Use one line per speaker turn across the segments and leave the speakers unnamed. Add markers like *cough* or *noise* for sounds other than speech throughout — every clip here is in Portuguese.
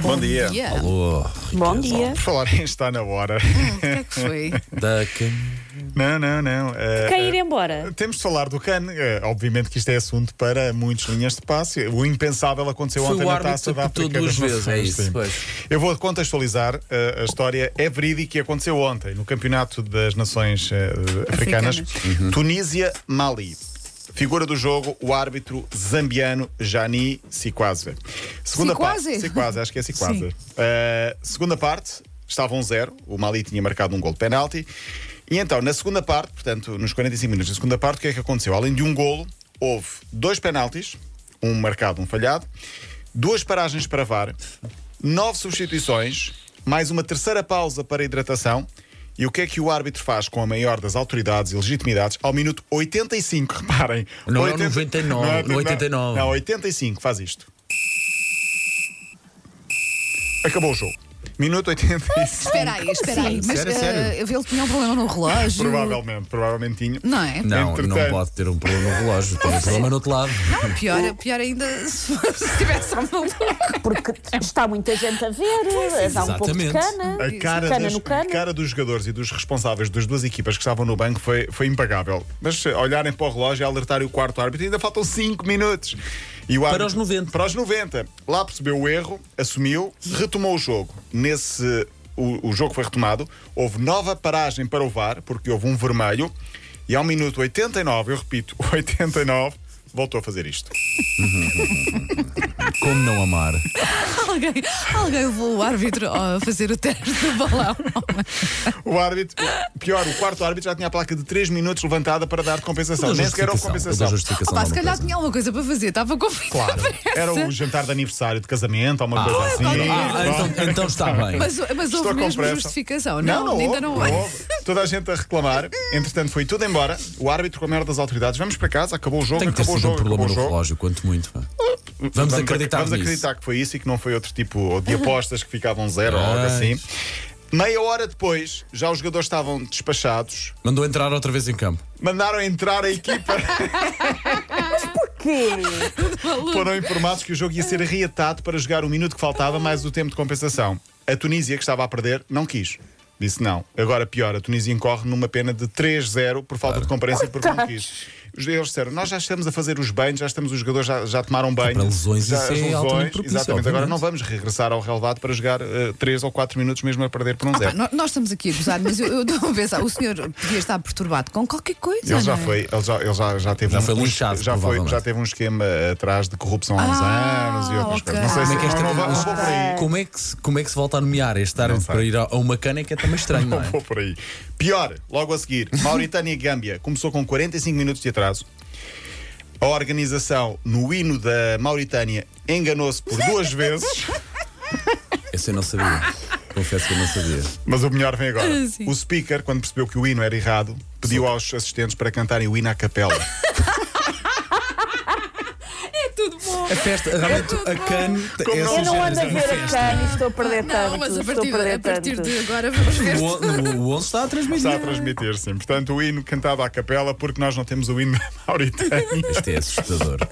Bom, dia.
Alô,
Bom dia.
Por falar em está na
*laughs*
hora.
O que é que foi?
da cam-
Não, não, não. eh,
Quem ir embora?
Temos de falar do CAN. Eh, obviamente que isto é assunto para muitos linhas de passe. O impensável aconteceu
Foi
ontem
o
na
árbitro
taça
que
da
apitou
África.
duas
das
vezes,
Nações,
é isso,
sim.
pois.
Eu vou contextualizar eh, a história. É verídica e aconteceu ontem no Campeonato das Nações eh, Africanas.
Uhum.
Tunísia-Mali. Figura do jogo, o árbitro zambiano Jani Sikwaze. Segunda
Sikwaze?
parte. Sikwaze, acho que é Sikwaze.
Sim.
Uh, segunda parte, estavam zero. O Mali tinha marcado um gol de penalti. E então, na segunda parte, portanto, nos 45 minutos da segunda parte, o que é que aconteceu? Além de um golo, houve dois penaltis, um marcado, um falhado, duas paragens para VAR, nove substituições, mais uma terceira pausa para hidratação. E o que é que o árbitro faz com a maior das autoridades e legitimidades ao minuto 85, reparem.
Não, é o 99,
não é-
no 89.
Não, 85, faz isto. Acabou o jogo. Minuto 85.
Ah, Espera aí, espera aí. Mas
sério, sério.
eh, eu vi ele tinha um problema no relógio.
provavelmente, provavelmente tinha.
Não é?
Não, não
Entretanto.
pode ter um problema no relógio, tem um problema no outro lado.
Pior, pior ainda se se tivesse um
Porque
*laughs*
está muita gente a ver, dá um pouco de
exatamente.
cana.
A cara,
Cana
das-
no
a
cano.
cara dos jogadores e dos responsáveis das duas equipas que estavam no banco foi, foi impagável. Mas se olharem para o relógio e alertarem o quarto árbitro, ainda faltam 5 minutos. E o árbitro-
os 90.
Para os 90. Lá percebeu o erro, assumiu, retomou o jogo. Nesse. O, o jogo foi retomado, houve nova paragem para o VAR, porque houve um vermelho, e ao minuto 89, eu repito, *laughs* 89, voltou a fazer isto.
Como não amar?
alguém, alguém levou o árbitro a fazer o teste do balão.
O árbitro, pior, o quarto árbitro já tinha a placa de 3 minutos levantada para dar de compensação.
Eu dou
Nem sequer houve
justificação, eu dou
compensação.
justificação
Opa,
a
se
uma
calhar
coisa.
tinha um- alguma coisa para fazer, estava com fita
Claro. É.
pressa.
Era o jantar de aniversário de casamento, alguma coisa assim.
Ah, então, então está bem.
Mas, mas
Estou com
houve mesmo
pressa.
justificação.
Não, não,
ainda
houve,
não é.
houve. Toda a gente a reclamar. Entretanto, foi tudo embora. O árbitro com a merda das autoridades. Vamos para casa, acabou o jogo,
Tem que ter
acabou o
sido um
jogo,
problema
acabou o
no
jogo.
relógio, quanto muito. pá. Vamos acreditar
Vamos
nisso.
acreditar que foi isso e que não foi outro tipo ou de apostas que ficavam zero ou algo
Ai.
assim. Meia hora depois, já os jogadores estavam despachados,
Mandou entrar outra vez em campo.
mandaram entrar a
*laughs*
equipa.
Que
Foram informados que o jogo ia ser reatado para jogar o minuto que faltava mais o tempo de compensação. A Tunísia, que estava a perder, não quis. Disse não. Agora, pior, a Tunísia incorre numa pena de 3-0 por falta de comparência porque não quis. Os- Eles disseram: Nós já estamos a fazer os banhos, já estamos, os jogadores já, já tomaram banho.
Para lesões,
já,
isso
as
é altamente propício,
Exatamente. Agora
obviamente.
não vamos regressar ao relevado para jogar 3 ou 4 minutos mesmo a perder por um
Pá,
zero.
nó- Nós estamos aqui a gozar, mas eu eu estou a pensar, o senhor podia estar perturbado com qualquer coisa.
Ele já
não é?
foi, ele já, ele já, já teve
Já
um,
foi linchado,
já, foi,
provavelmente.
já teve um esquema atrás de corrupção há uns
Ah,
anos e outras
ok.
coisas. Não sei
Como é
se
que esta-
não, não, vou- não vou por aí.
Como é que se- como é que se volta a nomear este árbitro
sei.
para ir a a uma cana é que é também estranho, não
Não
é?
vou por aí. Pior, logo a seguir, Mauritânia e Gâmbia começou com 45 minutos de atraso. A organização no hino da Mauritânia enganou-se por
*laughs*
duas vezes,
Esse eu não sabia. Confesso que eu não sabia.
mas o melhor vem agora.
Ah, sim.
O speaker, quando percebeu que o hino era errado, pediu aos assistentes para cantarem o hino à
*laughs*
capela.
Tudo bom.
A festa, realmente, a cana.
Como
é
não-
assim,
Eu não
já-
ando a
já é uma
ver a
festa.
cana e estou a perder
Não,
tanto.
mas a
estou
partir,
perder
a partir
tanto.
de agora vamos ver.
O on- O 11 está a transmitir.
Está a transmitir, sim. Portanto, o hino cantado à capela, porque nós não temos o hino da Mauritânia.
Isto é assustador. pá.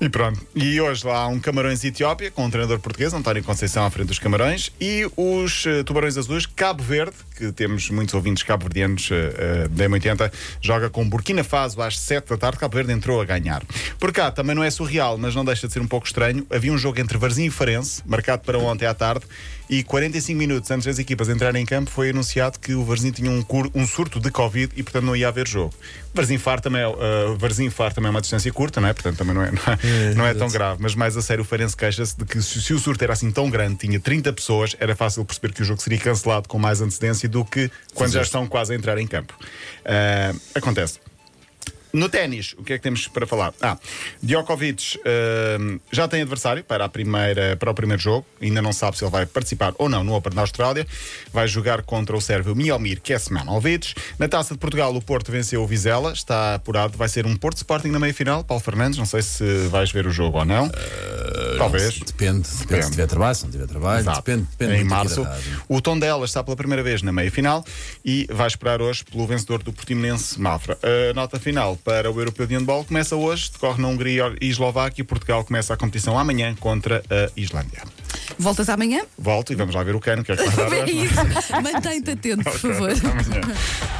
E pronto. E hoje lá há um Camarões Etiópia, com um treinador português, António Conceição, à frente dos Camarões, e os eh, Tubarões Azuis, Cabo Verde, que temos muitos ouvintes cabo-verdianos eh, eh, da M80, joga com Burkina Faso às 7 da tarde. Cabo Verde entrou a ganhar. Por cá, também não é surreal, mas não deixa de ser um pouco estranho. Havia um jogo entre Varzim e Farense, marcado para ontem à tarde, e 45 minutos antes das equipas entrarem em campo, foi anunciado que o Varzim tinha um, cur- um surto de Covid e, portanto, não ia haver jogo. Varzim-Far também, é, eh, Varzim-Far também é uma distância curta, não é? Portanto, também não é, *laughs* não é, não é tão grave. Mas mais a sério, o Farense queixa-se de que se, se o surto era assim tão grande, tinha 30 pessoas, era fácil perceber que o jogo seria cancelado com mais antecedência do que quando já estão quase a entrar em campo. Ah, acontece. No ténis, o que é que temos para falar? Ah, Djokovic hum, já tem adversário para, a primeira, para o primeiro jogo, ainda não sabe se ele vai participar ou não no Open da Austrália. Vai jogar contra o sérvio Miomir Kesmanovic. Na taça de Portugal, o Porto venceu o Vizela, está apurado, vai ser um Porto Sporting na meia final. Paulo Fernandes, não sei se vais ver o jogo ou não. Talvez.
Depende, depende se tiver trabalho, se não tiver trabalho.
Exato.
Ah, Depende, depende
em
muito aqui
março.
da rádio.
O Tondela está pela primeira vez na meia-final e vai esperar hoje pelo vencedor do Portimonense Mafra. A nota final para o Europeu de Handball começa hoje, decorre na Hungria e Eslováquia e Portugal começa a competição amanhã contra a Islândia.
Voltas amanhã?
Volto e vamos lá ver o cano, que é que vai dar. tá
É isso. Mantém-te atento, por favor.
Até amanhã.